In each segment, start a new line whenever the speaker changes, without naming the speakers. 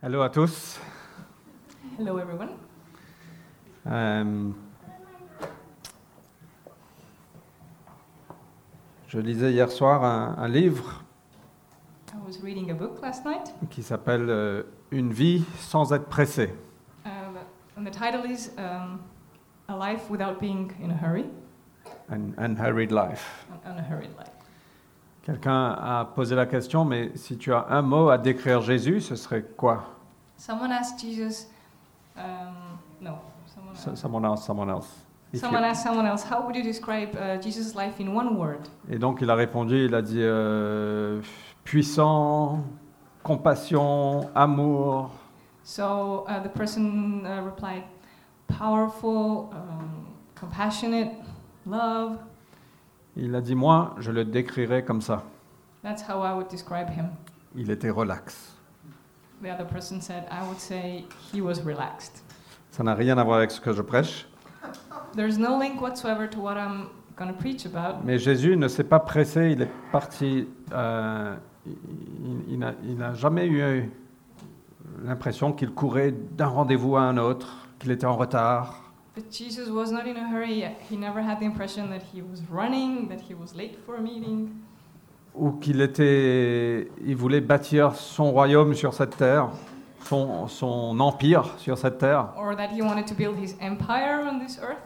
Hello à tous.
Hello, everyone.
Euh, je lisais hier soir un, un livre
I was reading a book last night,
qui s'appelle euh, Une vie sans être pressée.
um, and the title is um, A Life Without Being in a Hurry,
An Unhurried Life.
an Unhurried Life.
Quelqu'un a posé la question, mais si tu as un mot à décrire Jésus, ce serait quoi
Someone asked Jesus, um, no, someone,
So-
asked,
Someone else, someone else. If
someone
you-
asked someone else, how would you describe uh, Jesus' life in one word?
Et donc il a répondu, il a dit euh, puissant, compassion, amour.
So uh, the person uh, replied, powerful, um, compassionate, love.
Il a dit, moi, je le décrirais comme ça.
That's how I would describe him.
Il était relax.
The other person said, I would say he was relaxed.
Ça n'a rien à voir avec ce que je prêche.
There's no link whatsoever to what I'm going to preach about.
Mais Jésus ne s'est pas pressé, il est parti. euh, il- il n'a- il n'a jamais eu l'impression qu'il courait d'un rendez-vous à un autre, qu'il était en retard.
But Jesus was not in a hurry. He never had the impression that he was running, that he was late for a meeting,
Ou qu'il était, il voulait bâtir son royaume sur cette terre, son, son empire sur cette terre.
or that he wanted to build his empire on this earth.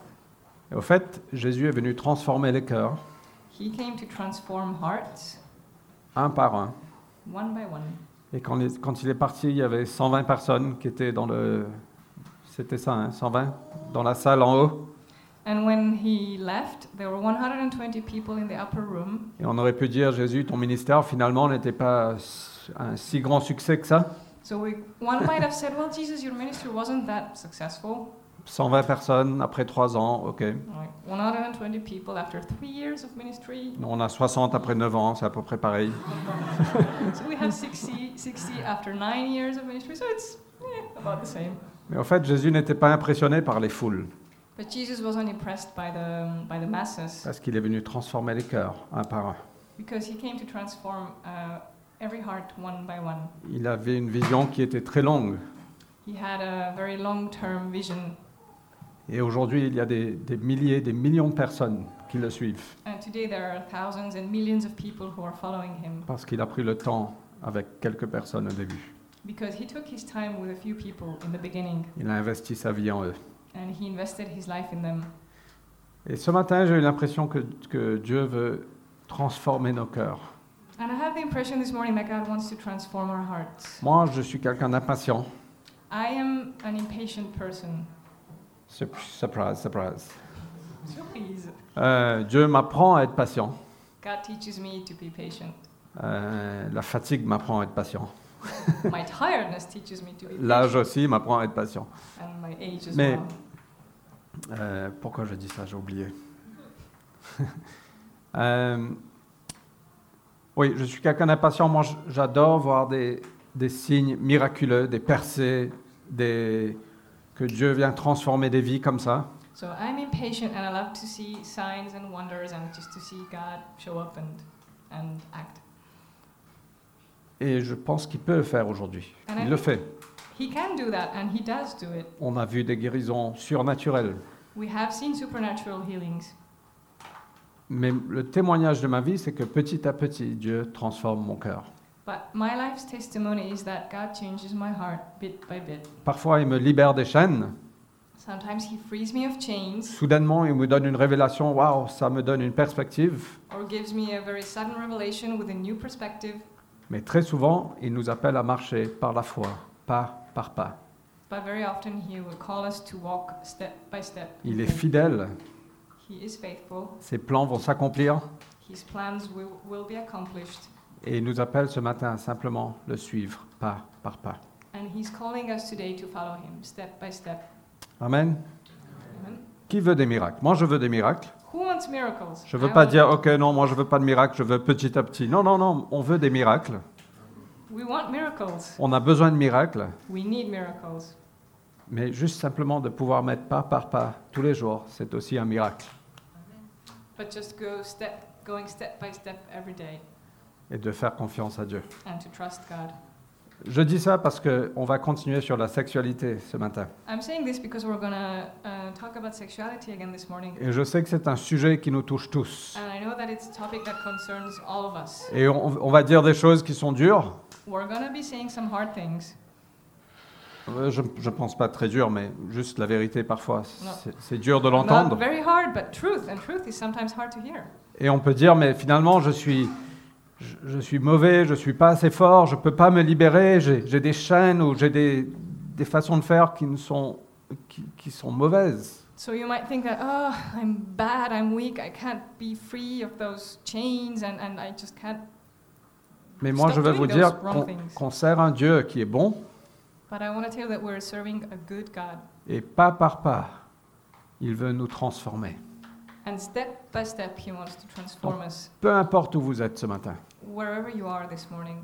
Et au fait, Jésus est venu transformer les cœurs,
He came to transform hearts
un par un.
one by one.
Et quand, les- quand il est parti, il y avait 120 personnes qui étaient dans le. C'était ça, hein, 120 Dans la salle en haut.
And when he left, there were 120 people in the upper room.
Et on aurait pu dire, Jésus, ton ministère finalement n'était pas s- un si grand succès que ça.
So we, one might have said, well, Jesus, your ministry wasn't that successful.
120 personnes après 3 ans, ok.
Like 120 people after three years of ministry.
Nous, On a 60 après 9 ans, c'est à peu près pareil.
So we have 60, 60 after nine years of ministry. So it's eh, about the same.
Mais en fait, Jésus n'était pas impressionné par les foules,
But Jesus wasn't impressed by the by the masses
parce qu'il est venu transformer les cœurs, un par un.
because he came to transform uh, every heart one by one.
Il avait une vision qui était très longue.
He had a very long-term vision,
Et aujourd'hui, il y a des, des milliers, des millions de personnes qui le suivent,
and today there are thousands and millions of people who are following him
parce qu'il a pris le temps avec quelques personnes au début.
because he took his time with a few people in the beginning
Il a investi sa vie en eux.
and he invested his life in them.
Et ce matin, j'ai eu l'impression que, que Dieu veut transformer nos cœurs.
And I have the impression this morning that God wants to transform our hearts.
Moi, je suis quelqu'un d'impatient.
I am an impatient person.
Sup- Surprise, surprise.
Surprise.
Euh, Dieu m'apprend à être patient.
God teaches me to be patient.
Euh, la fatigue m'apprend à être patient.
My tiredness teaches me to be
L'âge
patient,
aussi m'apprend à être patient.
and my age as
Mais-
well.
Euh, pourquoi je dis ça J'ai oublié. Euh, oui, je suis quelqu'un d'impatient. Moi, j- j'adore voir des, des signes miraculeux, des percées, des... que Dieu vient transformer des vies comme ça.
So I'm impatient and I love to see signs and wonders and just to see God show up and, and act.
Et je pense qu'il peut le faire aujourd'hui.
And I
Il le
think
fait.
He can do that and He does do it.
On a vu des guérisons surnaturelles.
We have seen supernatural healings.
Mais le témoignage de ma vie, c'est que petit à petit, Dieu transforme mon cœur.
But my life's testimony is that God changes my heart bit by bit.
Parfois, il me libère des chaînes.
Sometimes He frees me of chains
Soudainement, il me donne une révélation. Waouh, ça me donne une perspective.
or gives me a very sudden revelation with a new perspective.
Mais très souvent, il nous appelle à marcher par la foi, pas par pas.
But very often He will call us to walk step by step. in
Il est
faith.
fidèle.
He is faithful.
Ses plans vont s'accomplir.
His plans will, will be accomplished.
Et il nous appelle ce matin à simplement le suivre, pas par pas.
And He's calling us today to follow Him step by step.
Amen.
Amen.
Qui veut des miracles Moi, je veux des miracles.
Who wants miracles?
Je ne veux
I
pas
want-
dire, OK, non, moi, je veux pas de miracle, je veux petit à petit. Non, non, non, on veut des miracles.
We want miracles.
On a besoin de miracles,
We need miracles.
mais juste simplement de pouvoir mettre pas par pas tous les jours, c'est aussi un miracle.
But just go step, going step by step every day
Et de faire confiance à Dieu.
and to trust God.
Je dis ça parce qu'on va continuer sur la sexualité ce matin.
I'm saying this because we're going to uh, talk about sexuality again this morning.
Et je sais que c'est un sujet qui nous touche tous.
And I know that it's a topic that concerns all of us.
Et on, on va dire des choses qui sont dures.
We're going to be saying some hard things.
Euh, Je ne pense pas très dures, mais juste la vérité parfois.
Non.
C'est- C'est dur de
Not
l'entendre.
very hard, but truth. And truth is sometimes hard to hear.
Et on peut dire, mais finalement, je suis, je, je suis mauvais, je suis pas assez fort, je peux pas me libérer, j'ai j'ai des chaînes ou j'ai des, des façons de faire qui, ne sont, qui, qui sont mauvaises.
So you might think that, oh, I'm bad, I'm weak, I can't be free of those chains, and, and I just can't.
Mais moi,
Stop
je veux
doing
vous
those
dire
wrong
qu'on
things.
qu'on sert un Dieu qui est bon
But I want to tell you that we're serving a good God.
et pas par pas, il veut nous transformer.
And step by step, He wants to transform us
Peu importe où vous êtes ce matin,
wherever you are this morning.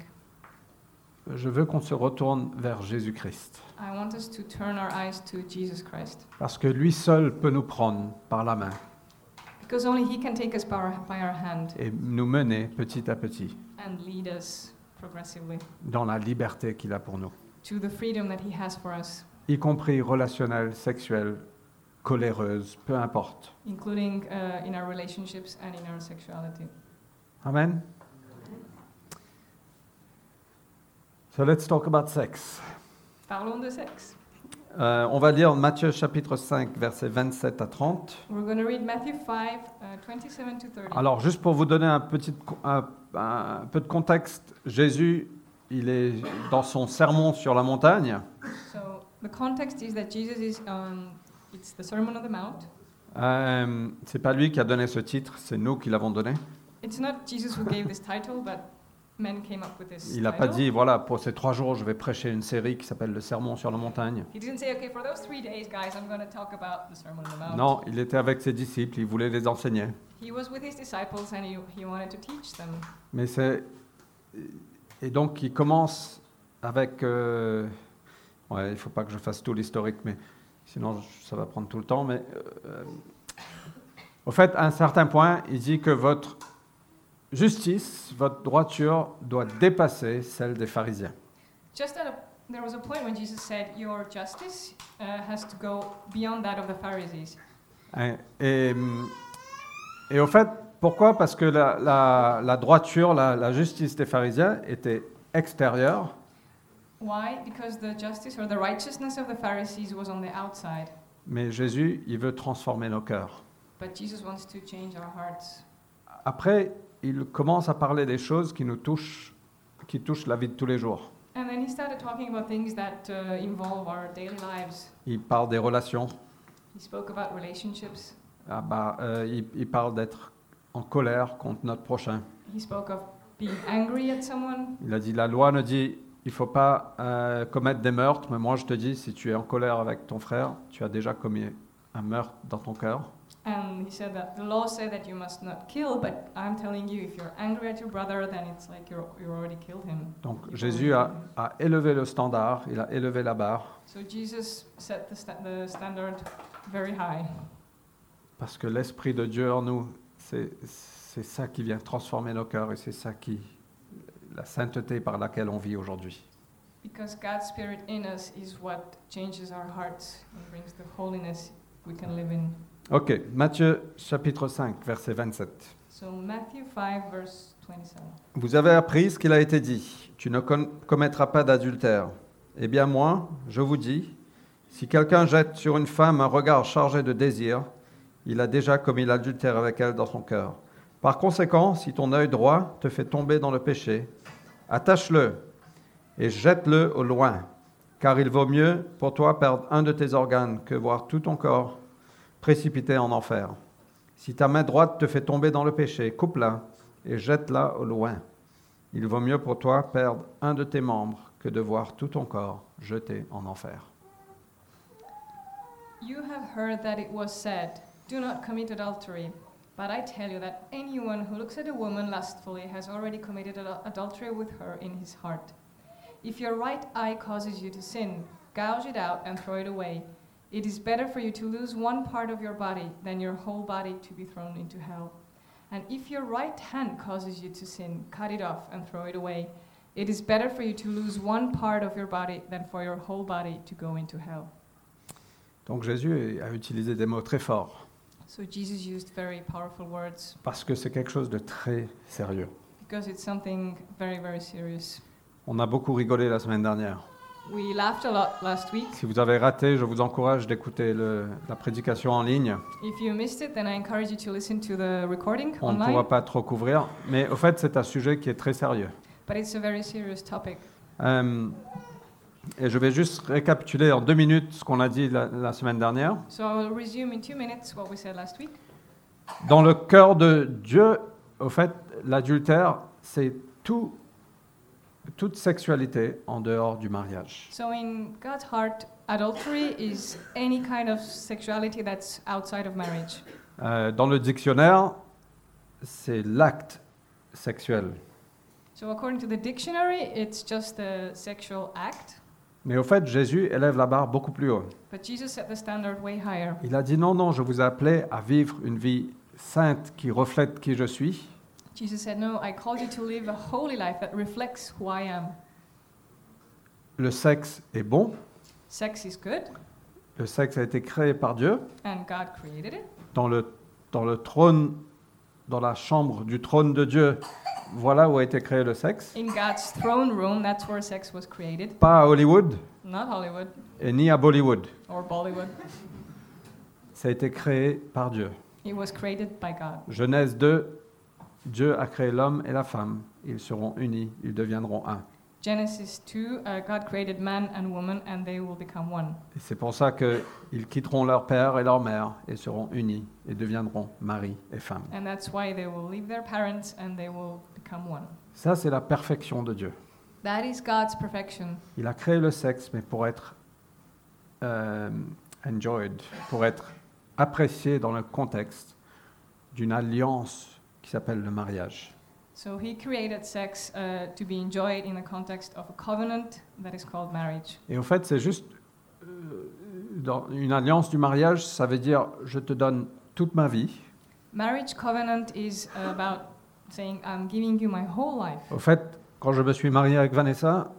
je veux qu'on se retourne vers Jésus-Christ.
I want us to turn our eyes to Jesus Christ
Parce que lui seul peut nous prendre par la main
because only He can take us by our, by our hand
et nous mener petit à petit
and lead us progressively
dans la liberté qu'il a pour nous.
to the freedom that He has for us,
y compris relationnelle, sexuelle, coléreuse, peu importe.
including uh, in our relationships and in our sexuality.
Amen. So let's talk about sex.
Parlons de sexe.
Euh, on va lire Matthieu chapitre 5, versets 27 à 30.
We're going to read Matthew 5, uh, 27 to 30.
Alors juste pour vous donner un, petit, co- un- un peu de contexte, Jésus, il est dans son sermon sur la montagne.
So the context is that Jesus is, um, it's the Sermon on the Mount.
Euh, c'est pas lui qui a donné ce titre, c'est nous qui l'avons donné.
It's not Jesus who gave this title, but men came up with this
Il n'a pas
title.
dit, voilà, pour ces trois jours, je vais prêcher une série qui s'appelle Le Sermon sur la montagne.
He didn't say, okay, for those three days, guys, I'm going to talk about the Sermon on the Mount.
Non, il était avec ses disciples, il voulait les enseigner.
He was with his disciples and he, he wanted to teach them.
Mais c'est. Et donc, il commence avec. euh, Ouais, il faut pas que je fasse tout l'historique, mais sinon, je- ça va prendre tout le temps. Mais. euh, Au fait, à un certain point, il dit que votre justice, votre droiture doit dépasser celle des pharisiens.
Just at a, there was a point when Jesus said, your justice uh, has to go beyond that of the Pharisees.
Et, et, hum, et au fait, pourquoi Parce que la, la- la droiture, la- la justice des pharisiens était extérieure.
Why? Because the justice or the righteousness of the Pharisees was on the outside.
Mais Jésus, il veut transformer nos cœurs.
But Jesus wants to change our hearts.
Après, il commence à parler des choses qui nous touchent, qui touchent la vie de tous les jours.
And then he started talking about things that uh, involve our daily lives.
Il parle des relations,
He spoke about relationships.
Ah bah, euh, il, il parle d'être en colère contre notre prochain.
He spoke of being angry at someone.
Il a dit, la loi ne dit, il ne faut pas euh, commettre des meurtres, mais moi je te dis, si tu es en colère avec ton frère, tu as déjà commis un meurtre dans ton cœur.
And he said that the law said that you must not kill, but I'm telling you, if you're angry at your brother, then it's like you're, you already killed him.
Donc Jésus a, a élevé le standard, il a élevé la barre,
So Jesus set the, sta- the standard very high
parce que l'Esprit de Dieu en nous, c'est c'est ça qui vient transformer nos cœurs et c'est ça qui, la sainteté par laquelle on vit aujourd'hui.
because God's spirit in us is what changes our hearts and brings the holiness we can live in.
Ok, Matthieu chapitre 5, verset 27.
So Matthew 5 verse 27.
Vous avez appris ce qu'il a été dit, tu ne con- commettras pas d'adultère. Eh bien moi, je vous dis, si quelqu'un jette sur une femme un regard chargé de désir, il a déjà commis l'adultère avec elle dans son cœur. Par conséquent, si ton œil droit te fait tomber dans le péché, attache-le et jette-le au loin, car il vaut mieux pour toi perdre un de tes organes que voir tout ton corps précipité en enfer. Si ta main droite te fait tomber dans le péché, coupe-la et jette-la au loin. Il vaut mieux pour toi perdre un de tes membres que de voir tout ton corps jeté en enfer.
You have heard that it was said, Do not commit adultery. But I tell you that anyone who looks at a woman lustfully has already committed adul- adultery with her in his heart. If your right eye causes you to sin, gouge it out and throw it away. It is better for you to lose one part of your body than your whole body to be thrown into hell. And if your right hand causes you to sin, cut it off and throw it away. It is better for you to lose one part of your body than for your whole body to go into hell.
Donc Jésus a utilisé des mots très forts
So Jesus used very powerful words
parce que c'est quelque chose de très sérieux.
because it's something very, very serious.
On a beaucoup rigolé la semaine dernière.
We laughed a lot last week.
Si vous avez raté, je vous encourage d'écouter le- la prédication en ligne.
If you missed it, then I encourage you to listen to the recording
On ne
online.
pourra pas trop couvrir, mais au fait, c'est un sujet qui est très sérieux.
But it's a very serious topic.
Euh, et je vais juste récapituler en deux minutes ce qu'on a dit la- la semaine dernière.
So I will resume in two minutes what we said last week.
Dans le cœur de Dieu, au fait, l'adultère, c'est tout- toute sexualité en dehors du mariage.
So in God's heart, adultery is any kind of sexuality that's outside of marriage.
Euh, dans le dictionnaire, c'est l'acte sexuel.
So according to the dictionary, it's just a sexual act.
Mais au fait, Jésus élève la barre beaucoup plus haut.
But Jesus set the standard way higher.
Il a dit non, non, je vous ai appelé à vivre une vie sainte qui reflète qui je suis.
Jesus said, No, I called you to live a holy life that reflects who I am.
Le sexe est bon,
Sex is good,
le sexe a été créé par Dieu.
and God created it.
Dans le, dans le trône, dans la chambre du trône de Dieu, voilà où a été créé le sexe.
In God's throne room, that's where sex was created,
Pas à Hollywood
not Hollywood
et ni à Bollywood.
or Bollywood.
Ça a été créé par Dieu.
It was created by God.
Genèse 2, Dieu a créé l'homme et la femme. Ils seront unis, ils deviendront un.
Genesis 2, uh, God created man and woman, and they will become one.
Et c'est pour ça qu'ils quitteront leur père et leur mère et seront unis et deviendront mari et femme.
And that's why they will leave their parents and they will become one.
Ça, c'est la perfection de Dieu.
That is God's perfection.
Il a créé le sexe, mais pour être euh, enjoyed, pour être apprécié dans le contexte d'une alliance qui s'appelle le mariage.
So he created sex uh, to be enjoyed in the context of a covenant that is called marriage.
Et au fait, c'est juste euh, dans une alliance du mariage, ça veut dire je te donne toute ma vie.
Marriage covenant is about saying, I'm giving you my whole life.
Au fait, quand je me suis marié avec Vanessa,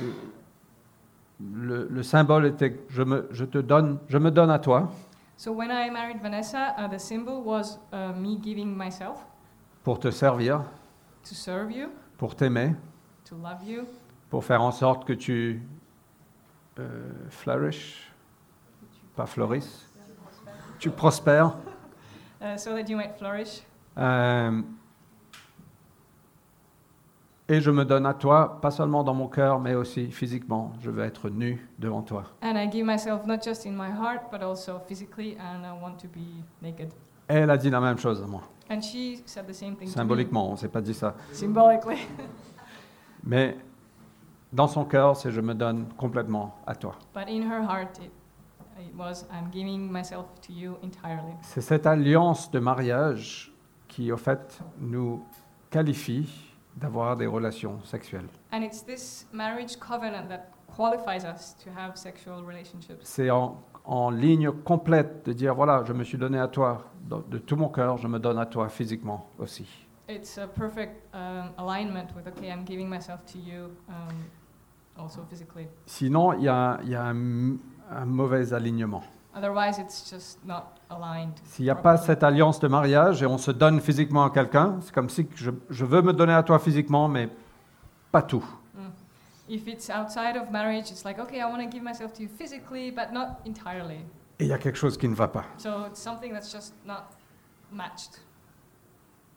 euh, le, le symbole était je me, je te donne, je me donne à toi
So when I married Vanessa, uh, the symbol was uh, me giving myself
pour te servir,
to serve you,
pour t'aimer,
to love you,
pour faire en sorte que tu euh, flourishes, pas fleurisses, tu prospères.
uh, so that you might flourish.
Euh, et je me donne à toi, pas seulement dans mon cœur, mais aussi physiquement. Je veux être nu devant toi.
And I give myself not just in my heart, but also physically, and I want to be naked.
Elle a dit la même chose à moi,
And she said the same thing
symboliquement, on ne s'est pas dit ça.
to me. Symbolically.
Mais dans son cœur, c'est je me donne complètement à toi.
But in her heart, it, it was, I'm giving myself to you entirely.
C'est cette alliance de mariage qui, au fait, nous qualifie d'avoir des relations sexuelles.
And it's this marriage covenant that qualifies us to have sexual relationships.
C'est en, en ligne complète de dire, voilà, je me suis donné à toi, de- de tout mon cœur, je me donne à toi physiquement aussi.
It's a perfect um, alignment with, okay, I'm giving myself to you um, also physically.
Sinon, il y a, il y a un, un mauvais alignement.
Otherwise, it's just not aligned.
S'il n'y a pas
properly.
cette alliance de mariage et on se donne physiquement à quelqu'un, c'est comme si que je, je veux me donner à toi physiquement, mais pas tout.
Mm. If it's outside of marriage, it's like, okay, I want to give myself to you physically, but not entirely.
Et il y a quelque chose qui ne va pas.
So it's something that's just not matched.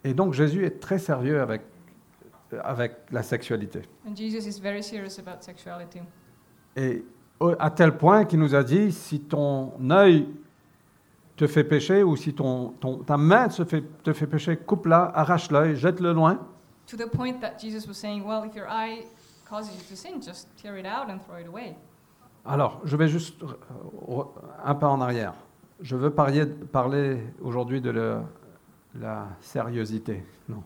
Et donc Jésus est très sérieux avec, avec la sexualité.
And Jesus is very serious about sexuality.
Et au- à tel point qu'il nous a dit, si ton œil te fait pécher ou si ton, ton- ta main se fait- te fait pécher, coupe-la, arrache l'œil, jette-le loin.
To the point that Jesus was saying, well, if your eye causes you to sin, just tear it out and throw it away.
Alors, je vais juste re- re- un pas en arrière. Je veux parier- parler aujourd'hui de le- la sérieuxité. Non.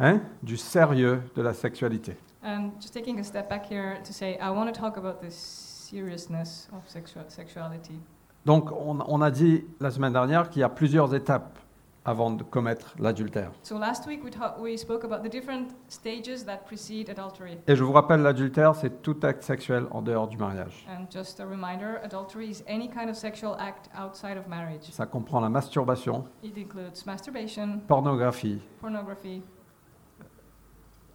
Hein? Du sérieux de la sexualité.
And Um, just taking a step back here to say, I want to talk about the seriousness of sexua- sexuality.
Donc, on, on a dit la semaine dernière qu'il y a plusieurs étapes avant de commettre l'adultère.
So last week we, ta- we spoke about the different stages that precede adultery.
Et je vous rappelle, l'adultère, c'est tout acte sexuel en dehors du mariage.
And just a reminder, adultery is any kind of sexual act outside of marriage.
Ça comprend la masturbation,
It includes masturbation,
pornographie
pornography,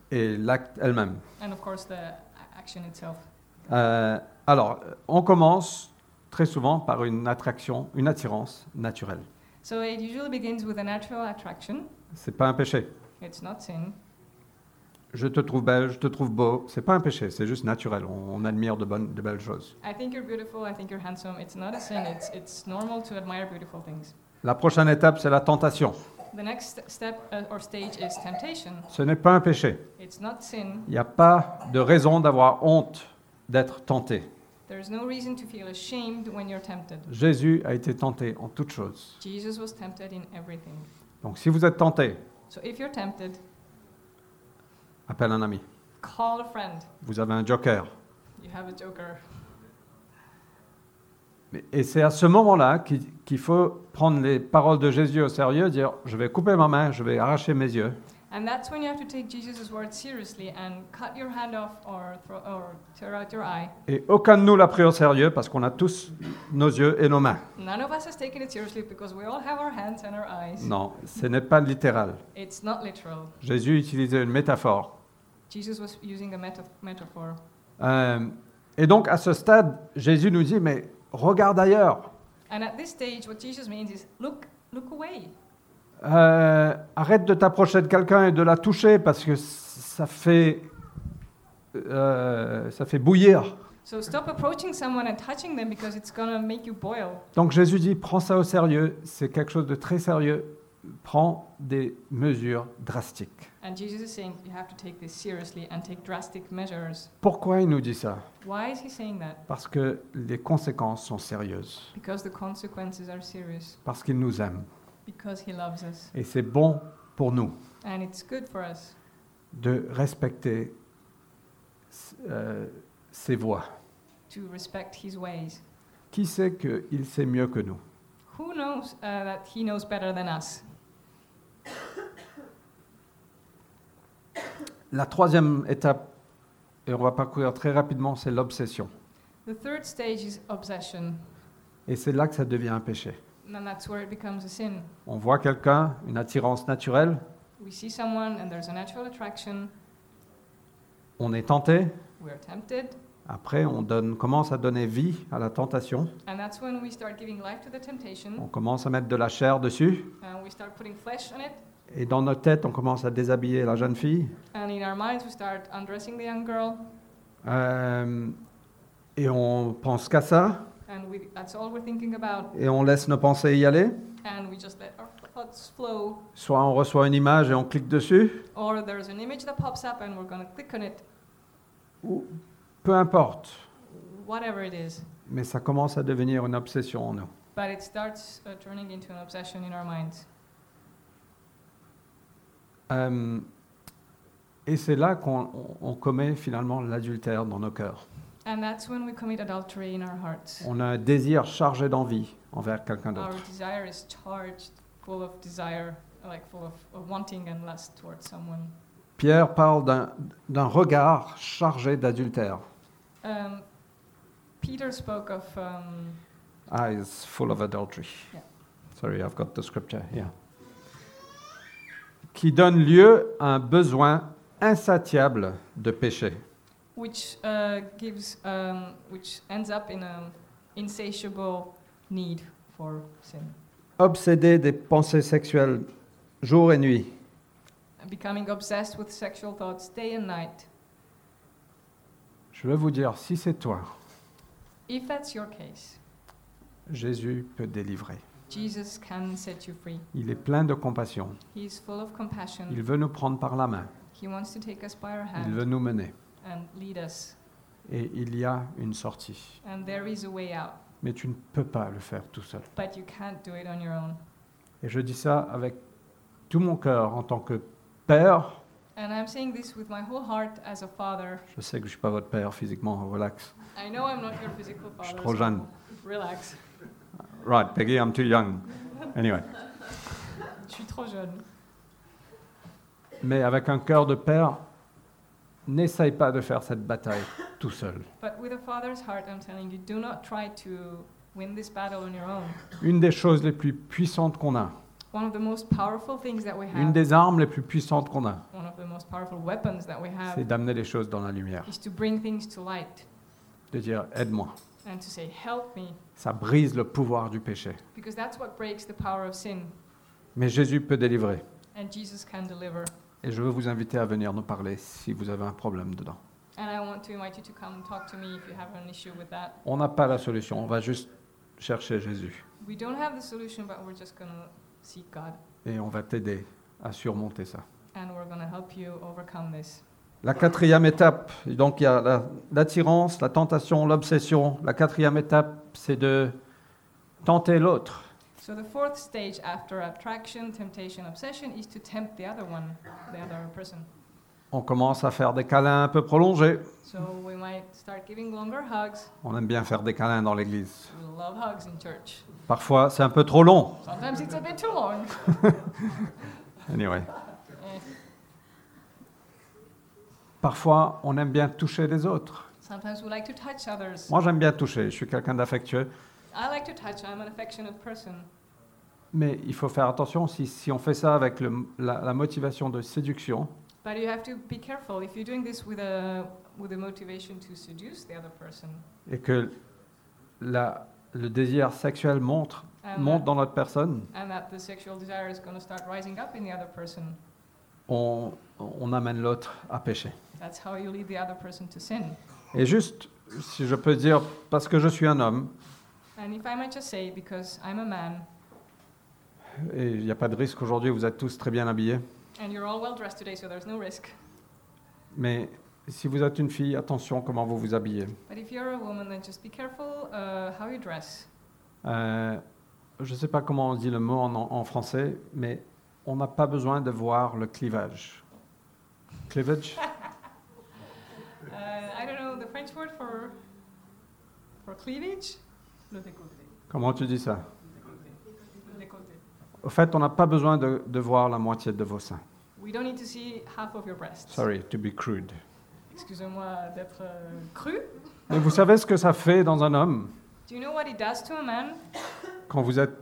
et l'acte elle-même.
and of course the a- action itself.
Euh, alors, euh, on commence très souvent par une attraction, une attirance naturelle.
So it usually begins with a natural attraction.
C'est pas un péché.
It's not sin.
Je te trouve belle, je te trouve beau. C'est pas un péché, c'est juste naturel. On, on admire de bonnes, de belles choses.
I think you're beautiful. I think you're handsome. It's not a sin. It's it's normal to admire beautiful things.
La prochaine étape, c'est la tentation.
The next step uh, or stage is temptation.
Ce n'est pas un péché.
It's not sin.
Il n'y a pas de raison d'avoir honte d'être tenté.
There is no reason to feel ashamed when you're tempted.
Jésus a été tenté en toutes choses.
Jesus was tempted in everything.
Donc si vous êtes tenté,
So if you're tempted,
appelle un ami.
call a friend.
Vous avez un joker.
You have a joker.
Mais- Et c'est à ce moment-là qu'il qu'il faut prendre les paroles de Jésus au sérieux, dire je vais couper ma main, je vais arracher mes yeux,
And that's when you have to take Jesus' word seriously and cut your hand off or, throw, or tear out your eye.
Et aucun de nous l'a pris au sérieux parce qu'on a tous nos yeux et nos mains.
None of us has taken it seriously because we all have our hands and our eyes.
Non, ce n'est pas littéral.
It's not literal.
Jésus utilisait une métaphore.
Jesus was using a meta- metaphor.
Euh, et donc à ce stade, Jésus nous dit, mais regarde ailleurs.
And at this stage, what Jesus means is look, look away.
Euh, arrête de t'approcher de quelqu'un et de la toucher parce que ça fait, euh, ça fait bouillir.
So stop approaching someone and touching them because it's gonna make you boil.
Donc Jésus dit, prends ça au sérieux, c'est quelque chose de très sérieux. Prends des mesures drastiques.
And Jesus is saying you have to take this seriously and take drastic measures.
Pourquoi il nous dit ça
Why is he saying that?
Parce que les conséquences sont sérieuses.
Because the consequences are serious.
parce qu'il nous aime.
Because he loves us.
Et c'est bon pour nous
And it's good for us
de respecter euh, ses voies.
to respect his ways.
Qui sait qu'il sait mieux que nous
Who knows uh, that he knows better than us?
La troisième étape, et on va parcourir très rapidement, c'est l'obsession.
The third stage is obsession.
Et c'est là que ça devient un péché.
And that's where it becomes a sin.
On voit quelqu'un, une attirance naturelle,
We see someone and there's a natural attraction.
on est tenté,
We're tempted.
après on donne, commence à donner vie à la tentation,
And that's when we start giving life to the temptation.
on commence à mettre de la chair dessus,
And we start putting flesh on it.
et dans notre tête on commence à déshabiller la jeune fille,
And in our minds, we start undressing the young girl.
euh, et on pense qu'à ça,
And we, that's all we're thinking about.
et on laisse nos pensées y aller.
And we just let our thoughts flow.
Soit on reçoit une image et on clique dessus,
Or there's an image that pops up and we're going to click on it,
ou peu importe,
whatever it is.
mais ça commence à devenir une obsession en nous.
But it starts uh, turning into an obsession in our minds.
Euh, et c'est là qu'on on- on commet finalement l'adultère dans nos cœurs.
And that's when we commit adultery in our hearts.
On a un désir chargé d'envie envers quelqu'un
Our
d'autre.
desire is charged, full of desire, like full of, of wanting and lust towards someone.
Pierre parle d'un- d'un regard chargé d'adultère.
Um, Peter spoke of um,
Eyes full of adultery.
Yeah.
Sorry, I've got the scripture here. Qui donne lieu à un besoin insatiable de péché.
which uh, gives, um, which ends up in an insatiable need for sin,
obsédé des pensées sexuelles jour et nuit,
becoming obsessed with sexual thoughts day and night.
je veux vous dire, si c'est toi,
If that's your case,
Jésus peut délivrer.
Jesus can set you free.
Il est plein de compassion.
He is full of
Il
compassion.
veut nous prendre par la main.
He wants to take us by our
Il veut
hand
nous mener.
and lead us.
Et il y a une sortie.
And there is a way out,
Mais tu ne peux pas le faire tout seul.
but you can't do it on your own.
Et je dis ça avec tout mon cœur en tant que père.
And I'm saying this with my whole heart as a father.
Je sais que je ne suis pas votre père physiquement, relax.
I know I'm not your physical father.
trop
so
jeune.
Relax.
Right, Peggy, I'm too young. Anyway.
suis trop jeune.
Mais avec un cœur de père, n'essaye pas de faire cette bataille tout seul.
But with a father's heart, I'm telling you, do not try to win this battle on your own.
Une des choses les plus puissantes qu'on a,
One of the most powerful things that we
une
have,
des armes les plus puissantes qu'on a,
one of the most powerful weapons that we
c'est
have,
d'amener les choses dans la lumière,
is to bring things to light
de dire aide-moi.
and to say, Help me,
Ça brise le pouvoir du péché.
because that's what breaks the power of sin,
Mais Jésus peut délivrer.
and Jesus can deliver.
Et je veux vous inviter à venir nous parler si vous avez un problème dedans.
And I want to invite you to come and talk to me if you have an issue with that.
On n'a pas la solution, on va juste chercher Jésus.
We don't have the solution, but we're just going to seek God,
Et on va t'aider à surmonter ça.
and we're going to help you overcome this.
La quatrième étape, donc il y a la- l'attirance, la, tentation, l'obsession. La quatrième étape, c'est de tenter l'autre.
So the fourth stage after attraction, temptation, obsession is to tempt the other one, the other person.
On commence à faire des câlins un peu prolongés.
So we might start giving longer hugs.
On aime bien faire des câlins dans l'église.
We love hugs in church.
Parfois, c'est un peu trop long.
Sometimes it's a bit too long.
Anyway.
Eh,
Parfois, on aime bien toucher les autres.
Sometimes we like to touch others.
Moi, j'aime bien toucher. Je suis quelqu'un d'affectueux.
I like to touch. I'm an affectionate person.
Mais il faut faire attention si, si on fait ça avec le- la- la motivation de séduction,
But you have to be careful. If you're doing this with a with a motivation to seduce the other person,
et que la- le désir sexuel monte,
and,
monte
that,
dans notre personne,
and that the sexual desire is going to start rising up in the other person,
on, on amène l'autre à pécher.
that's how you lead the other person to sin.
Et juste, si je peux dire, parce que je suis un homme,
And if I might just say, because I'm a man
et il n'y a pas de risque aujourd'hui, vous êtes tous très bien habillés,
and you're all well dressed today, so there's no risk.
mais si vous êtes une fille, attention comment vous vous habillez.
But if you're a woman, then just be careful uh, how you dress.
Euh, je ne sais pas comment on dit le mot en, en français, mais on n'a pas besoin de voir le clivage. Cleavage
Uh, I don't know the French word for for cleavage. Le décolleté.
Comment tu dis ça
Le décolleté.
Au fait, on n'a pas besoin de, de voir la moitié de vos seins.
We don't need to see half of your breasts.
Sorry, to be crude.
Excusez-moi d'être euh, cru.
Mais vous savez ce que ça fait dans un homme
Do you know what it does to a man
quand vous êtes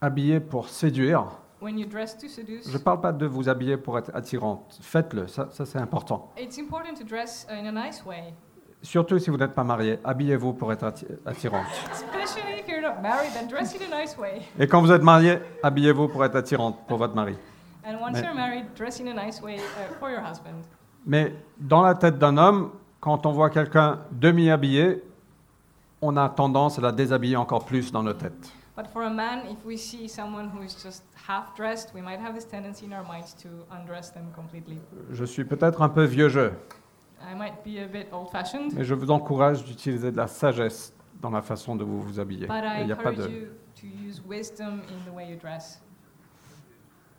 habillé pour séduire
when you dress to seduce?
Je ne parle pas de vous habiller pour être attirante. Faites-le, ça, ça, c'est important.
It's important to dress in a nice way,
Surtout si vous n'êtes pas marié, habillez-vous pour être atti- attirante.
especially if you're not married. Then dress in a nice way.
Et quand vous êtes marié, habillez-vous pour être attirante pour votre mari.
And once
Mais-
you're married, dress in a nice way uh, for your husband.
Mais dans la tête d'un homme, quand on voit quelqu'un demi-habillé, on a tendance à la déshabiller encore plus dans nos têtes.
But for a man, if we see someone who is just half dressed, we might have this tendency in our minds to undress them completely.
Je suis peut-être un peu vieux jeu,
I might be a bit old fashioned,
mais je vous encourage d'utiliser de la sagesse dans la façon de vous vous habiller.
but I
Il n'y a pas
encourage
de...
you to use wisdom in the way you dress.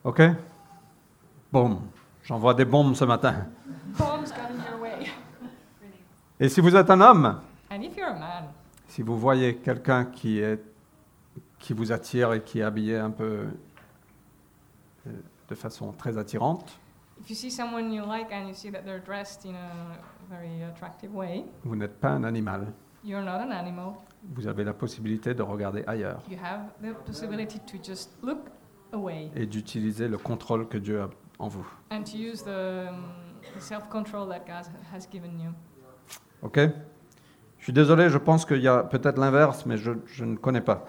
OK Boum. J'envoie des bombes ce matin.
Bombs coming your way.
Et si vous êtes un homme,
And if you're a man,
si vous voyez quelqu'un qui, est, qui vous attire et qui est habillé un peu euh, de façon très attirante,
if you see someone you like and you see that they're dressed in a very attractive way,
vous n'êtes pas un animal.
you're not an animal.
Vous avez la possibilité de regarder ailleurs
You have the possibility to just look away
et d'utiliser le contrôle que Dieu a en vous.
and to use the, um, the self control that God has given you.
OK Je suis désolé, je pense qu'il y a peut-être l'inverse, mais je, je ne connais pas.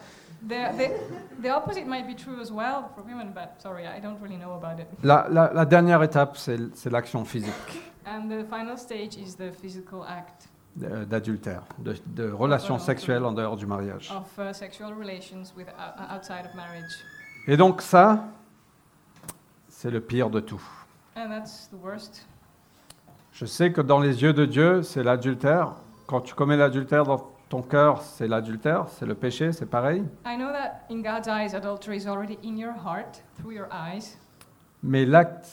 The, the, the opposite might be true as well for women, but sorry, I don't really know about it.
La, la- la dernière étape, c'est c'est l'action physique
And the final stage is the physical act
euh, d'adultère, de, de relations sexuelles en dehors du mariage.
of uh, sexual relations with, o- outside of marriage.
Et donc ça, c'est le pire de tout.
And that's the worst.
Je sais que dans les yeux de Dieu, c'est l'adultère. Quand tu commets l'adultère dans ton cœur, c'est l'adultère, c'est le péché, c'est pareil.
I know that in God's eyes, adultery is already in your heart through your eyes,
Mais l'acte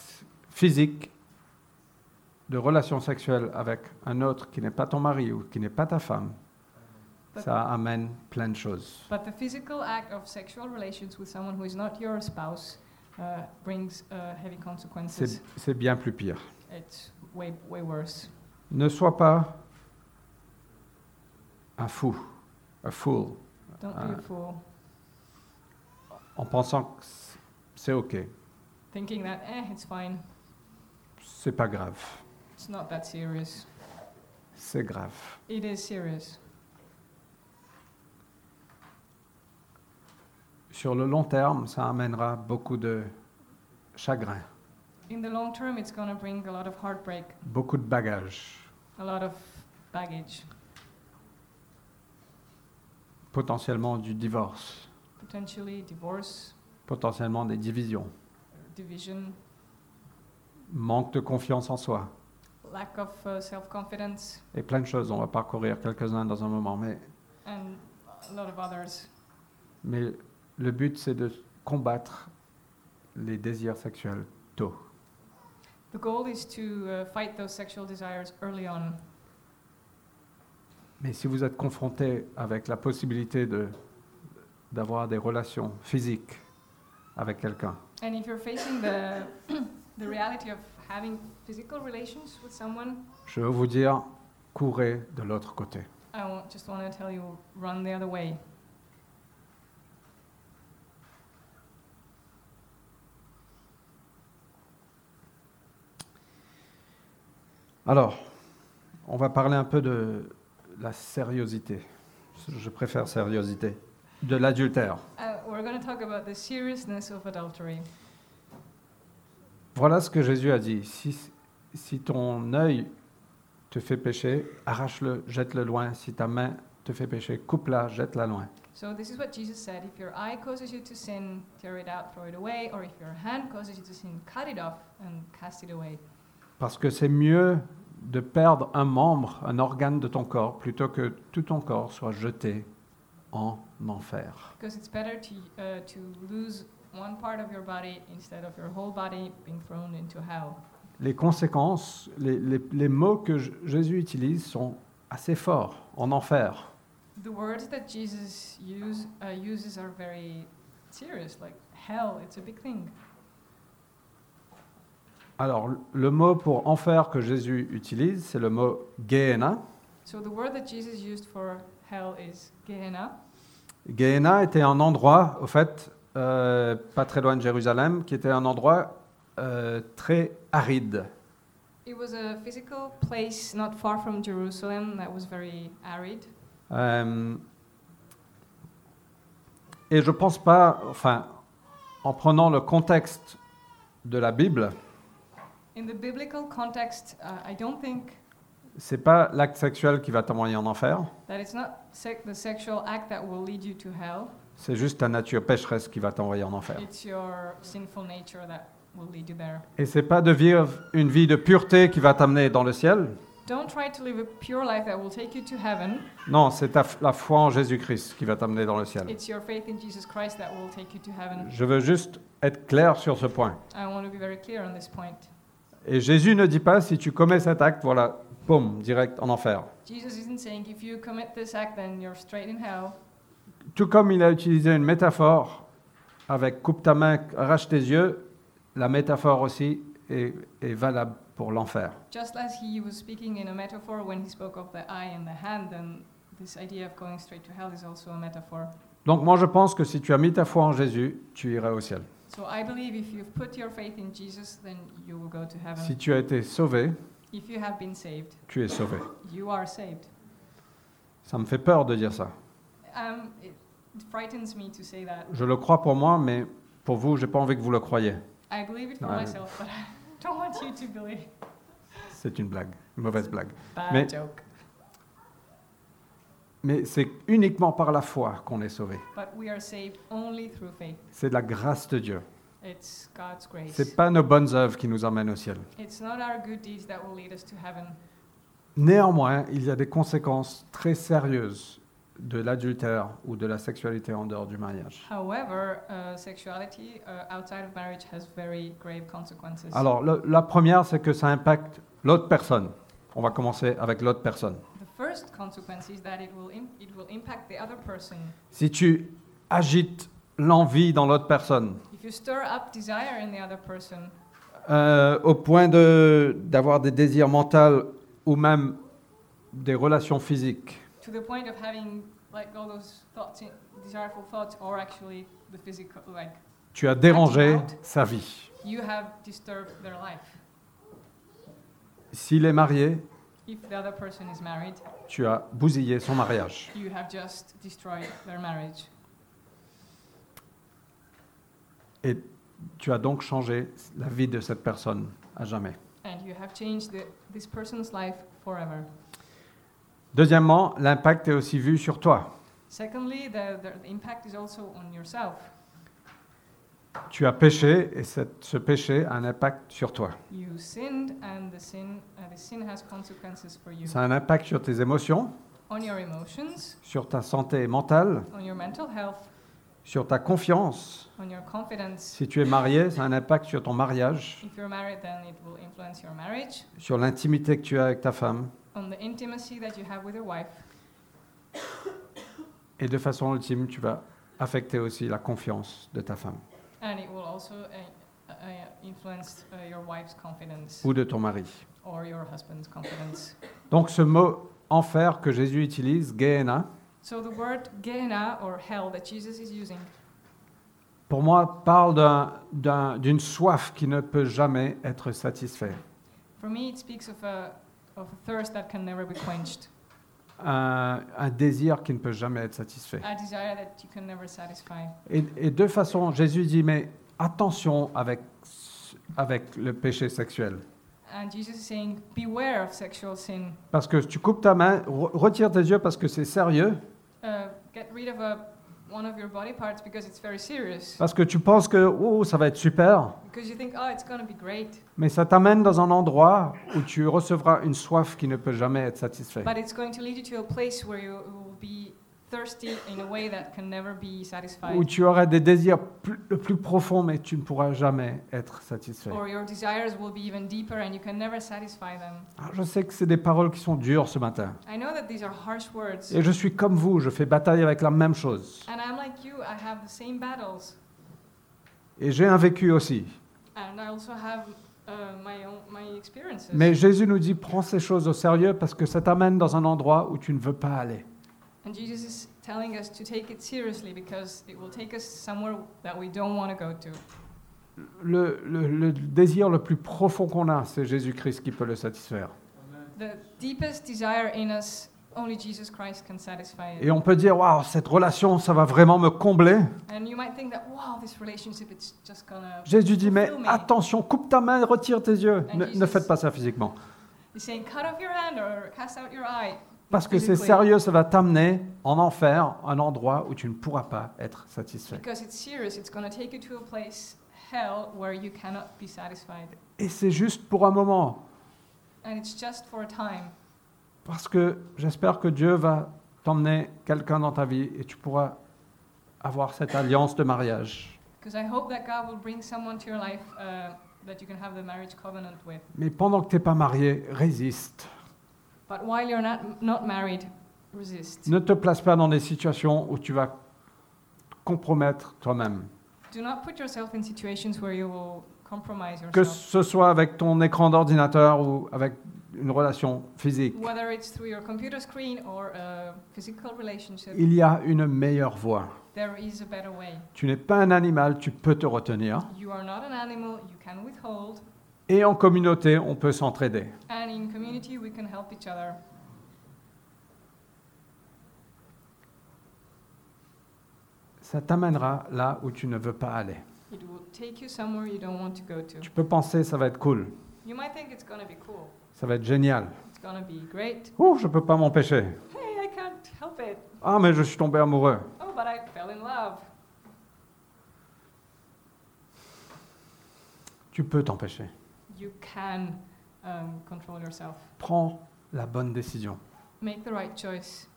physique de relation sexuelle avec un autre qui n'est pas ton mari ou qui n'est pas ta femme, ça amène plein de choses.
but the physical act of sexual relations with someone who is not your spouse uh, brings uh, heavy consequences.
c'est c'est bien plus pire.
It's way, way worse.
Ne sois pas un fou, un fool,
Don't be a fool,
en pensant que c- c'est OK,
thinking that, eh, it's fine,
c'est pas grave,
it's not that serious.
c'est grave.
It is serious.
Sur le long terme, ça amènera beaucoup de chagrin,
In the long term, it's going to bring a lot of heartbreak,
beaucoup de bagages,
a lot of baggage,
potentiellement du divorce,
potentially divorce,
potentiellement des divisions,
division,
manque de confiance en soi
lack of uh, self confidence,
et plein de choses. On va parcourir quelques-uns dans un moment, mais,
and a lot of others.
mais le but, c'est de combattre les désirs sexuels tôt.
The goal is to uh, fight those sexual desires early on.
Mais si vous êtes confronté avec la possibilité de, d'avoir des relations physiques avec quelqu'un,
And if you're facing the, the reality of having physical relations with someone,
je veux vous dire, courez de l'autre côté.
I wa- just want to tell you run the other way.
Alors, on va parler un peu de la sériosité. Je préfère sériosité. De l'adultère.
Uh, we're going to talk about the seriousness of adultery.
Voilà ce que Jésus a dit. Si, si ton œil te fait pécher, arrache-le, jette-le loin. Si ta main te fait pécher, coupe-la, jette-la loin.
So this is what Jesus said: If your eye causes you to sin, tear it out, throw it away; or if your hand causes you to sin, cut it off and cast it away.
Parce que c'est mieux de perdre un membre, un organe de ton corps, plutôt que tout ton corps soit jeté en enfer.
Because it's better to uh, to lose one part of your body instead of your whole body being thrown into hell.
Les conséquences, les, les- les mots que J- Jésus utilise sont assez forts, en enfer.
The words that Jesus use uh, uses are very serious, like hell. It's a big thing.
Alors, le mot pour enfer que Jésus utilise, c'est le mot Gehenna.
So the word that Jesus used for hell is Gehenna.
Gehenna était un endroit, au fait, euh, pas très loin de Jérusalem, qui était un endroit euh, très aride.
It was a physical place not far from Jerusalem that was very arid.
Euh, et je pense pas, enfin, en prenant le contexte de la Bible,
In the biblical context, uh, I don't think
c'est pas l'acte sexuel qui va t'envoyer en enfer,
that it's not sec- the sexual act that will lead you to hell.
c'est juste ta nature pécheresse qui va t'envoyer en enfer.
It's your sinful nature that will lead you there.
Et c'est pas de vivre une vie de pureté qui va t'amener dans le ciel.
Don't try to live a pure life that will take you to heaven.
Non, c'est ta- la foi en Jésus-Christ qui va t'amener dans le ciel.
It's your faith in Jesus Christ that will take you to heaven.
Je veux juste être clair sur ce point.
I want to be very clear on this point.
Et Jésus ne dit pas si tu commets cet acte, voilà, boum, direct en enfer.
Jesus isn't saying if you commit this act, then you're straight in hell.
Tout comme il a utilisé une métaphore avec coupe ta main, arrache tes yeux, la métaphore aussi est, est valable pour l'enfer.
Just as he was speaking in a metaphor when he spoke of the eye and the hand, then this idea of going straight to hell is also a metaphor.
Donc moi je pense que si tu as mis ta foi en Jésus, tu iras au ciel.
So I believe if you've put your faith in Jesus, then you will go to heaven.
Si tu as été sauvé,
If you have been saved,
tu es sauvé.
you are saved.
Ça me fait peur de dire ça.
Um, it frightens me to say that.
Je le crois pour moi, mais pour vous, j'ai pas envie que vous le croyiez.
I believe it for
No, I-
myself, but I don't want you to believe.
C'est une blague, une mauvaise blague.
Bad
Mais-
joke.
Mais c'est uniquement par la foi qu'on est sauvé.
But we are saved only through faith.
C'est de la grâce de Dieu.
It's God's grace.
C'est pas nos bonnes œuvres qui nous emmènent au ciel.
It's not our good deeds that will lead us to heaven.
Néanmoins, il y a des conséquences très sérieuses de l'adultère ou de la sexualité en dehors du mariage.
However, uh, sexuality uh, outside of marriage has very grave consequences.
Alors, le- la première, c'est que ça impacte l'autre personne. On va commencer avec l'autre personne.
The first consequence is that it will, im- it will impact the other person.
Si tu agites l'envie dans l'autre personne,
If you stir up desire in the other person,
euh, au point de- d'avoir des désirs mentaux ou même des relations physiques.
to the point of having like all those thoughts, in, desireful thoughts, or actually the physical, like
Tu as dérangé sa vie.
you have disturbed their life.
S'il est marié,
If the other person is married,
tu as bousillé son mariage.
you have just destroyed their marriage.
Et tu as donc changé la vie de cette personne à jamais.
And you have changed the, this person's life forever.
Deuxièmement, l'impact est aussi vu sur toi.
Secondly, the, the, the impact is also on yourself.
Tu as péché et cette- ce péché a un impact sur toi.
You sinned, and the sin, uh, the sin has consequences for you
Ça a un impact sur tes émotions,
on your emotions,
sur ta santé mentale,
on your mental health,
sur ta confiance.
on your confidence.
Si tu es marié, ça a un impact sur ton mariage,
If you're married, then it will influence your marriage,
sur l'intimité que tu as avec ta femme.
on the intimacy that you have with your wife,
Et de façon ultime, tu vas affecter aussi la confiance de ta femme
and it will also uh, uh, influence uh, your wife's confidence
ou de ton mari.
or your husband's confidence.
Donc ce mot enfer que Jésus utilise, Gehenna,
So the word Gehenna or hell that Jesus is using
pour moi parle d'un- d'un- d'une soif qui ne peut jamais être satisfaite.
For me, it speaks of a, of a thirst that can never be quenched,
un, un désir qui ne peut jamais être satisfait.
a desire that you can never satisfy.
Et, et de façon, Jésus dit, mais attention avec, ce- avec le péché sexuel.
And Jesus is saying, beware of sexual sin.
Parce que tu coupes ta main, re- retire tes yeux parce que c'est sérieux,
Uh, get rid of a, one of your body parts because it's very serious.
parce que tu penses que oh, ça va être super,
Because you think, oh, it's going to be great,
mais ça t'amène dans un endroit où tu recevras une soif qui ne peut jamais être satisfaite.
but it's going to lead you to a place where you will be thirsty in a way that can never be
Où
satisfied.
tu auras des désirs plus, le plus profond, mais tu ne pourras jamais être satisfait.
Or your desires will be even deeper and you can never satisfy them.
Alors, Ah, je sais que c'est des paroles qui sont dures ce matin.
I know that these are harsh words.
Et je suis comme vous, je fais bataille avec la même chose.
And I'm like you, I have the same battles.
Et j'ai un vécu aussi.
And I also have uh, my own my experiences.
Mais Jésus nous dit, prends ces choses au sérieux parce que ça t'amène dans un endroit où tu ne veux pas aller.
and Jesus is telling us to take it seriously because it will take us somewhere that we don't want to go to.
Le, le- le désir le plus profond qu'on a, c'est Jésus-Christ qui peut le satisfaire.
The deepest desire in us, only Jesus Christ can satisfy it.
Et on peut dire, waouh, cette relation, ça va vraiment me combler.
And you might think that, wow, this relationship, it's just gonna.
Jésus dit, mais
fulfill me."
attention, coupe ta main, retire tes yeux.
And
Ne,
Jesus-
ne faites pas ça physiquement.
He's saying, cut off your hand or cast out your eye.
Parce que c'est
physically,
sérieux, ça va t'amener en enfer, un endroit où tu ne pourras pas être satisfait.
Because it's serious, it's gonna take you to a place, hell, where you cannot be satisfied.
Et c'est juste pour un moment.
And it's just for a time.
Parce que j'espère que Dieu va t'emmener quelqu'un dans ta vie et tu pourras avoir cette alliance de mariage.
Because I hope that God will bring someone to your life uh, that you can have the marriage covenant with.
Mais pendant que tu n'es pas marié, résiste.
But while you're not, not married, resist.
Ne te place pas dans des situations où tu vas te compromettre toi-même.
Do not put yourself in situations where you will compromise
Que
yourself,
ce soit avec ton écran d'ordinateur ou avec une relation physique.
whether it's through your computer screen or a physical relationship.
Il y a une meilleure voie.
There is a better way.
Tu n'es pas un animal, tu peux te retenir.
You are not an animal, you can withhold,
Et en communauté, on peut s'entraider.
and in community we can help each other.
Ça t'amènera là où tu ne veux pas aller.
It will take you somewhere you don't want to go to.
Tu peux penser, ça va être cool,
You might think it's gonna be cool,
ça va être génial.
it's gonna be great.
Ouh, je peux pas m'empêcher.
Hey, I can't help it.
Ah, mais je suis tombé amoureux.
Oh, but I fell in love.
Tu peux t'empêcher.
you can um, control yourself.
Prends la bonne décision.
Make the right choice.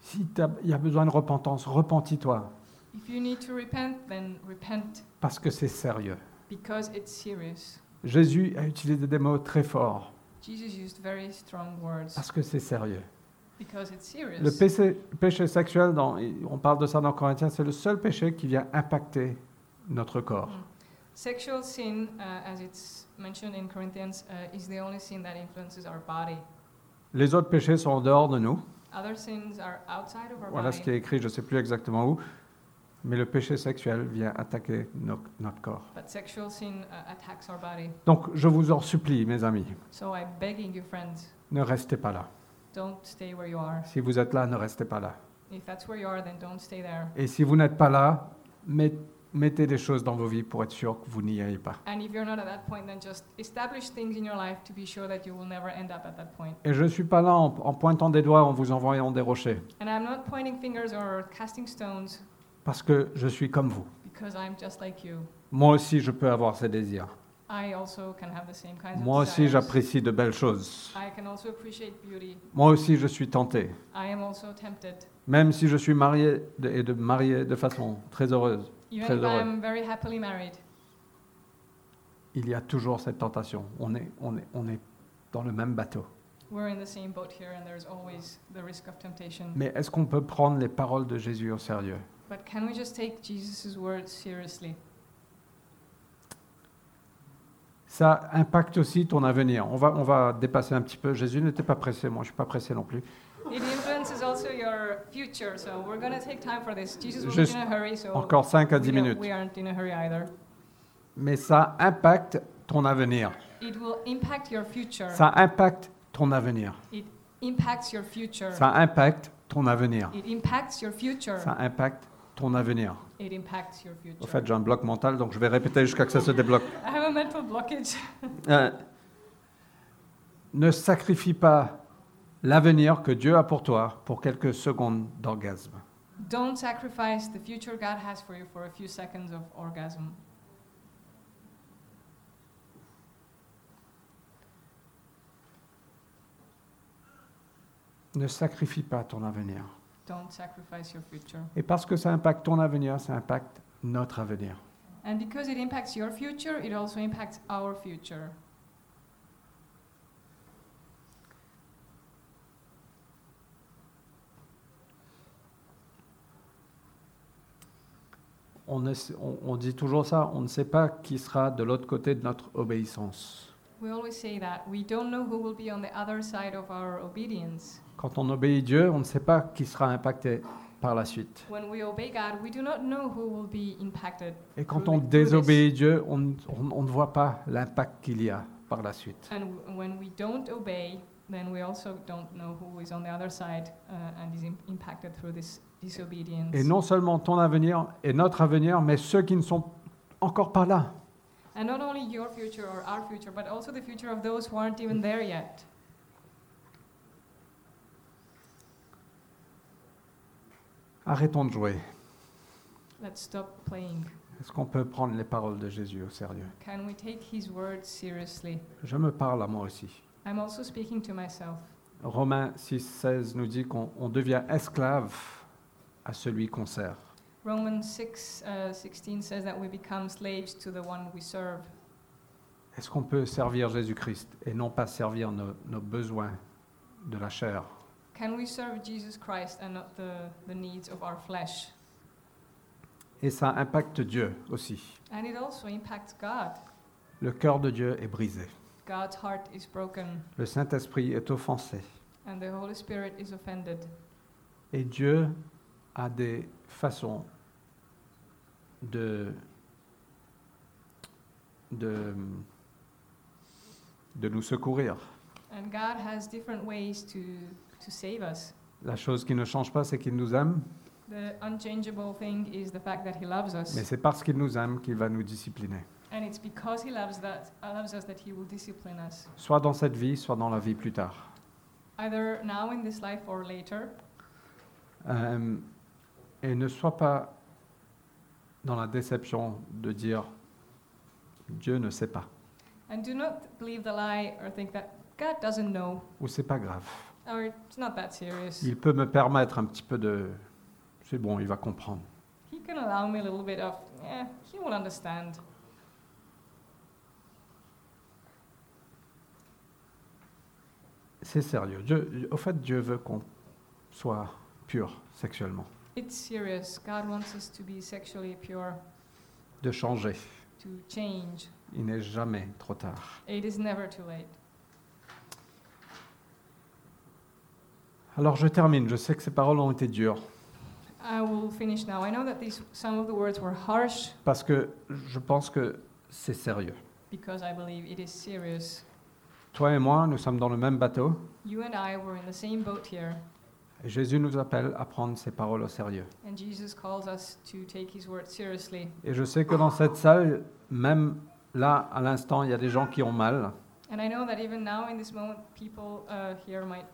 Si t'as- il y a besoin de repentance, repentis-toi,
If you need to repent, then repent
parce que c'est sérieux.
because it's serious.
Jésus a utilisé des mots très forts,
Jesus used very strong words
parce que c'est sérieux.
because it's
Le
serious.
péché, péché sexuel, dans- on parle de ça dans Corinthiens, c'est le seul péché qui vient impacter notre corps.
Mm. Sexual sin, uh, as it's mentioned in Corinthians, uh, is the only sin that influences our body.
Les autres péchés sont en dehors de nous.
Other sins are outside of our
Voilà ce qui
body,
est écrit, je ne sais plus exactement où. Mais le péché sexuel vient attaquer no- notre corps.
but sexual sin uh, attacks our body.
Donc, je vous en supplie, mes amis,
So I'm begging you, friends,
ne restez pas là.
don't stay where you are.
Si vous êtes là, ne restez pas là.
If that's where you are, then don't stay there.
Et si vous n'êtes pas là, met- mettez des choses dans vos vies pour être sûr que vous n'y allez pas.
And if you're not at that point, then just establish things in your life to be sure that you will never end up at that point.
Et je ne suis pas là en, en pointant des doigts, en vous envoyant des rochers,
And I'm not pointing fingers or casting stones
parce que je suis comme vous.
because I'm just like you.
Moi aussi, je peux avoir ces désirs.
I also can have the same kinds
Moi
of
aussi,
desires.
j'apprécie de belles choses.
I can also appreciate beauty.
Moi aussi, je suis tenté,
I am also tempted.
même si je suis marié de- et de marié de façon très heureuse.
Even
Très
if
heureux.
I'm very happily married,
Il y a toujours cette tentation. On est, on est, on est dans le même bateau.
we're in the same boat here and there's always the risk of temptation.
Mais est-ce qu'on peut prendre les paroles de Jésus au sérieux
But can we just take Jesus' word seriously?
Ça impacte aussi ton avenir. On va, on va dépasser un petit peu. Jésus n'était pas pressé, moi je suis pas pressé non plus.
It influences also your future, so we're going to take time for this. Jesus wasn't
Juste
in a hurry, so
Encore 5 à
we
10
don't-
minutes.
we aren't in a hurry either.
Mais ça impacte ton avenir.
It will impact your future.
Ça impacte ton avenir.
It impacts your future.
Ça impacte ton avenir.
It impacts your future.
Ça impacte ton avenir.
It impacts your future.
En fait, j'ai un bloc mental, donc je vais répéter jusqu'à que ça se débloque.
I have a mental blockage.
Euh, ne sacrifie pas l'avenir que Dieu a pour toi pour quelques secondes d'orgasme.
Don't sacrifice the future God has for you for a few seconds of orgasm.
Ne sacrifie pas ton avenir.
Don't sacrifice your future.
Et parce que ça impacte ton avenir, ça impacte notre avenir.
And because it impacts your future, it also impacts our future.
On, ne sait- on- on dit toujours ça, on ne sait pas qui sera de l'autre côté de notre obéissance.
We always say that we don't know who will be on the other side of our obedience.
Quand on obéit Dieu, on ne sait pas qui sera impacté par la suite.
When we obey God, we do not know who will be impacted.
Et quand on
Do this.
désobéit Dieu, on, on- on ne voit pas l'impact qu'il y a par la suite.
And w- when we don't obey, then we also don't know who is on the other side uh, and is im- impacted through this disobedience.
Et non seulement ton avenir et notre avenir, mais ceux qui ne sont encore pas là.
And not only your future or our future, but also the future of those who aren't even there yet.
Arrêtons de jouer.
Let's stop playing.
Est-ce qu'on peut prendre les paroles de Jésus au sérieux
Can we take his word seriously?
Je me parle à moi aussi.
I'm also speaking to myself.
Romains 6, 16 nous dit qu'on on devient esclave à celui qu'on sert.
Romans 6 uh, 16 says that we become slaves to the one we serve.
Est-ce qu'on peut servir Jésus-Christ et non pas servir nos, nos besoins de la chair
Can we serve Jesus Christ and not the, the needs of our flesh?
Et ça impacte Dieu aussi.
And it also impacts God.
Le cœur de Dieu est brisé.
God's heart is broken,
Le Saint-Esprit est offensé.
and the Holy Spirit is offended.
Et Dieu a des façons de, de, de nous secourir.
And God has different ways to, to save us.
La chose qui ne change pas, c'est qu'il nous aime,
The unchangeable thing is the fact that He loves us.
mais c'est parce qu'il nous aime qu'il va nous discipliner,
And it's because He loves, that, uh, loves us that He will discipline us,
soit dans cette vie, soit dans la vie plus tard.
either now in this life or later.
Euh, et ne sois pas dans la déception de dire Dieu ne sait pas,
And do not believe the lie or think that God doesn't know
ou c'est pas grave.
or it's not that serious.
Il peut me permettre un petit peu de... C'est bon, il va comprendre.
He can allow me a little bit of, yeah, He will understand.
C'est sérieux. Dieu, au fait, Dieu veut qu'on soit pur sexuellement,
It's serious. God wants us to be sexually pure,
de changer.
to change.
Il n'est jamais trop tard.
It is never too late.
Alors je termine, je sais que ces paroles ont été dures,
I will finish now. I know that these some of the words were harsh
parce que je pense que c'est sérieux.
because I believe it is serious.
Toi et moi, nous sommes dans le même bateau,
You and I were in the same boat here,
et Jésus nous appelle à prendre ces paroles au sérieux.
and Jesus calls us to take his word seriously.
Et je sais que dans cette salle, même là, à l'instant, il y a des gens qui ont mal,
And I know that even now in this moment, people uh, here might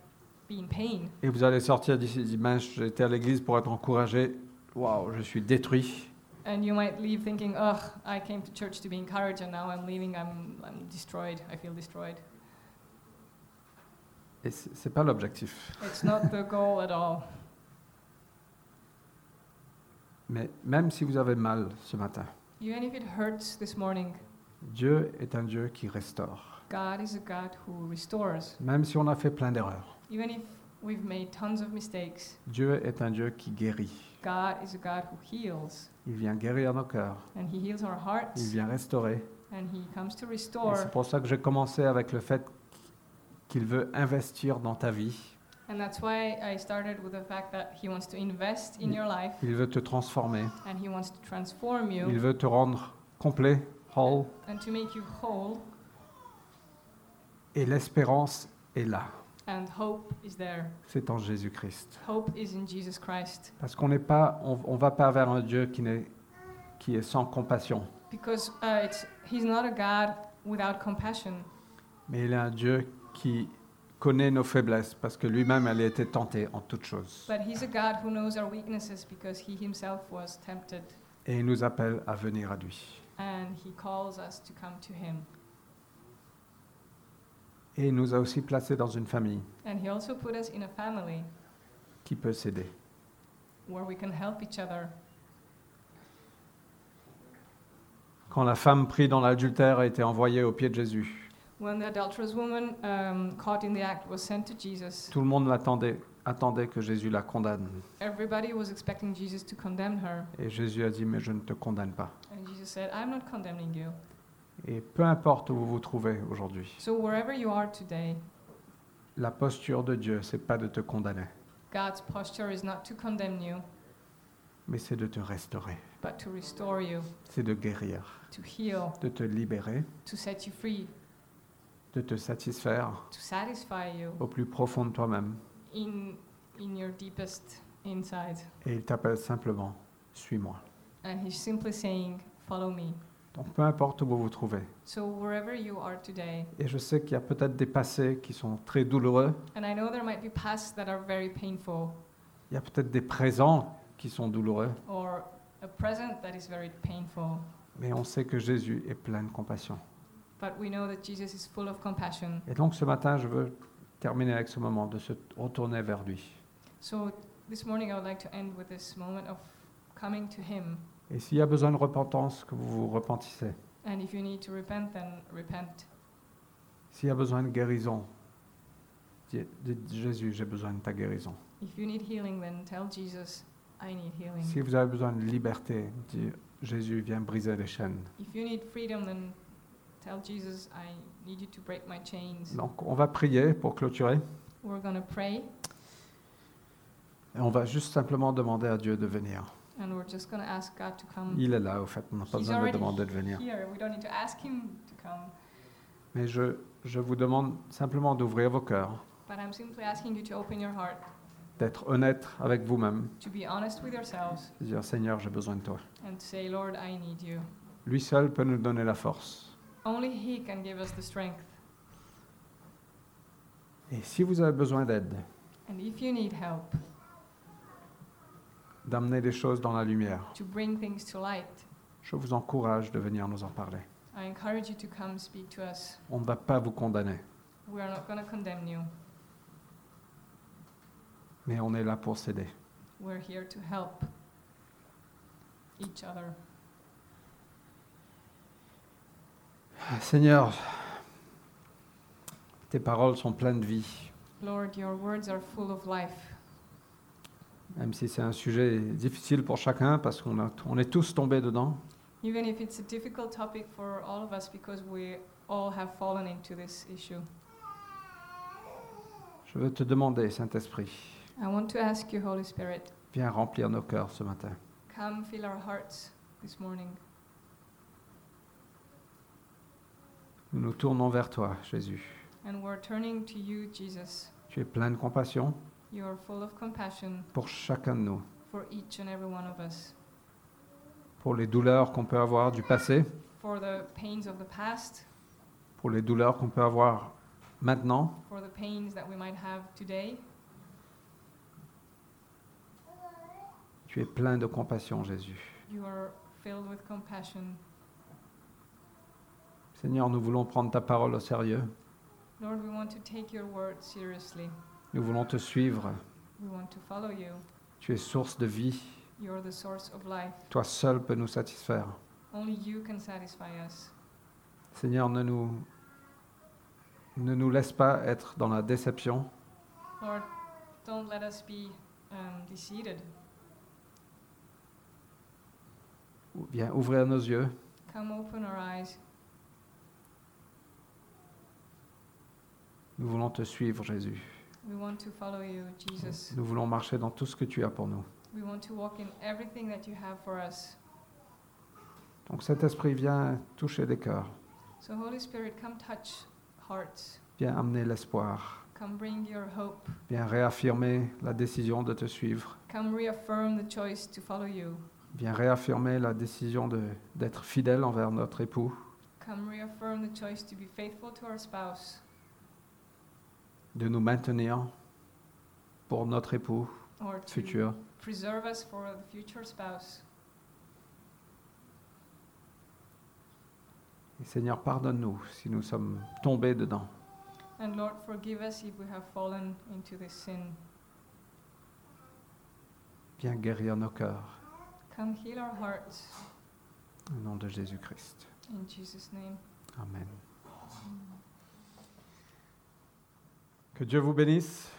be in pain.
et vous allez sortir d'ici dimanche, j'étais à l'église pour être encouragé, waouh, je suis détruit,
And you might leave thinking, ugh, I came to church to be encouraged, and now I'm leaving, I'm, I'm destroyed, I feel destroyed.
et c'est c'est pas l'objectif.
It's not the goal at all.
Mais même si vous avez mal ce matin,
Even if it hurts this morning,
Dieu est un Dieu qui restaure,
God is a God who restores.
même si on a fait plein d'erreurs.
Even if we've made tons of mistakes,
Dieu est un Dieu qui guérit.
God is a God who heals.
Il vient guérir nos cœurs,
And He heals our
il
hearts,
vient restaurer.
and He comes to
Et c'est
restore.
pour ça que j'ai commencé avec le fait qu'il veut investir dans ta vie,
And that's why I started with the fact that He wants to invest in your life,
il veut te transformer,
and He wants to transform you.
il veut te rendre complet, whole,
and to make you whole,
et l'espérance est là.
and hope is there.
C'est en Jésus-Christ.
Hope is in Jesus Christ.
Parce qu'on n'est pas, on, on va pas vers un Dieu qui, n'est- qui est sans compassion,
Because uh, it's, He's not a God without compassion,
mais il est un Dieu qui connaît nos faiblesses, parce que lui-même, elle a été tentée en toutes choses.
but He's a God who knows our weaknesses because He Himself was tempted,
Et il nous appelle à venir à lui.
and He calls us to come to Him.
Et il nous a aussi placés dans une famille
And He also put us in a family
qui peut s'aider.
where we can help each other.
Quand la femme prise dans l'adultère a été envoyée aux pieds de Jésus,
When the adulterous woman um, caught in the act was sent to Jesus,
tout le monde l'attendait, attendait que Jésus la condamne.
everybody was expecting Jesus to condemn her.
Et Jésus a dit, mais je ne te condamne pas.
And Jesus said, I'm not condemning you.
Et peu importe où vous vous trouvez aujourd'hui,
So wherever you are today,
La posture de Dieu, c'est pas de te condamner,
God's posture is not to condemn you,
mais c'est de te restaurer,
but to restore you,
c'est de guérir,
to heal,
de te libérer,
to set you free,
de te satisfaire
to satisfy you
au plus profond de toi-même.
in in your deepest inside.
Et il t'appelle simplement, suis-moi.
And he's simply saying, "Follow me."
Donc peu importe où vous vous trouvez.
So wherever you are today,
Et je sais qu'il y a peut-être des passés qui sont très douloureux,
and I know there might be pasts that are very painful
il y a peut-être des présents qui sont douloureux,
or a present that is very painful,
mais on sait que Jésus est plein de compassion.
but we know that Jesus is full of compassion.
Et donc ce matin, je veux terminer avec ce moment de se retourner vers lui.
So this morning I would like to end with this moment of coming to him.
Et s'il y a besoin de repentance, que vous vous repentissez.
And if you need to repent, then repent.
S'il y a besoin de guérison, dis- dites Jésus, j'ai besoin de ta guérison.
If you need healing, then tell Jesus, I need healing.
Si vous avez besoin de liberté, dites Jésus, viens briser les chaînes.
If you need freedom, then tell Jesus, I need you to break my chains.
Donc, on va prier pour clôturer.
We're going to pray,
Et on va juste simplement demander à Dieu de venir.
and we're just going to ask God to come
Il est là, au fait, on n'a pas
Mm. He's
besoin de
already
demander de venir.
here. We don't need to ask Him to come,
Mais je, je vous demande simplement d'ouvrir vos cœurs,
but I'm simply asking you to open your heart,
d'être honnête avec vous-même,
to be honest with yourselves,
de dire Seigneur, j'ai besoin de toi.
and to say, Lord, I need you.
Lui seul peut nous donner la force.
Only He can give us the strength.
Et si vous avez besoin d'aide,
And if you need help
d'amener les choses dans la lumière,
to bring things to light,
je vous encourage de venir nous en parler.
I encourage you to come speak to us.
On ne va pas vous condamner,
We are not going to condemn you.
mais on est là pour s'aider.
We're here to help each other.
Seigneur, tes paroles sont pleines de vie.
Lord, your words are full of life.
même si c'est un sujet difficile pour chacun parce qu'on a- on est tous tombés dedans.
even if it's a difficult topic for all of us because we all have fallen into this issue.
Je veux te demander, Saint-Esprit,
I want to ask you, Holy Spirit,
viens remplir nos cœurs ce matin.
come fill our hearts this morning.
Nous nous tournons vers toi, Jésus.
And we're turning to you, Jesus.
Tu es plein de compassion
You are full of compassion
pour chacun de nous,
for each and every one of us,
pour les douleurs qu'on peut avoir du passé,
for the pains of the past,
pour les douleurs qu'on peut avoir maintenant,
for the pains that we might have today.
tu es plein de compassion, Jésus.
You are filled with compassion.
Seigneur, nous voulons prendre ta parole au sérieux.
Lord, we want to take your word seriously.
Nous voulons te suivre.
We want to follow you.
Tu es source de vie.
You're the source of life.
Toi seul peux nous satisfaire.
Only you can satisfy us.
Seigneur, ne nous, ne nous laisse pas être dans la déception,
Lord, don't let us be um, deceived.
Ou- viens ouvrir nos yeux
Come open our eyes.
Nous voulons te suivre, Jésus.
We want to follow you, Jesus.
Nous voulons marcher dans tout ce que tu as pour nous.
We want to walk in everything that you have for us.
Donc cet esprit vient toucher les cœurs,
So, Holy Spirit, come touch hearts.
vient amener l'espoir,
Come bring your hope.
vient réaffirmer la décision de te suivre,
Come reaffirm the choice to follow you.
vient réaffirmer la décision de- d'être fidèle envers notre époux,
Come reaffirm the choice to be faithful to our spouse,
de nous maintenir pour notre époux
or to
futur.
preserve us for the future spouse.
Et Seigneur, pardonne-nous si nous sommes tombés dedans.
And Lord, forgive us if we have fallen into this sin.
Viens guérir nos cœurs.
Come heal our hearts.
Au nom de Jésus-Christ.
In Jesus' name.
Amen. Que Dieu vous bénisse.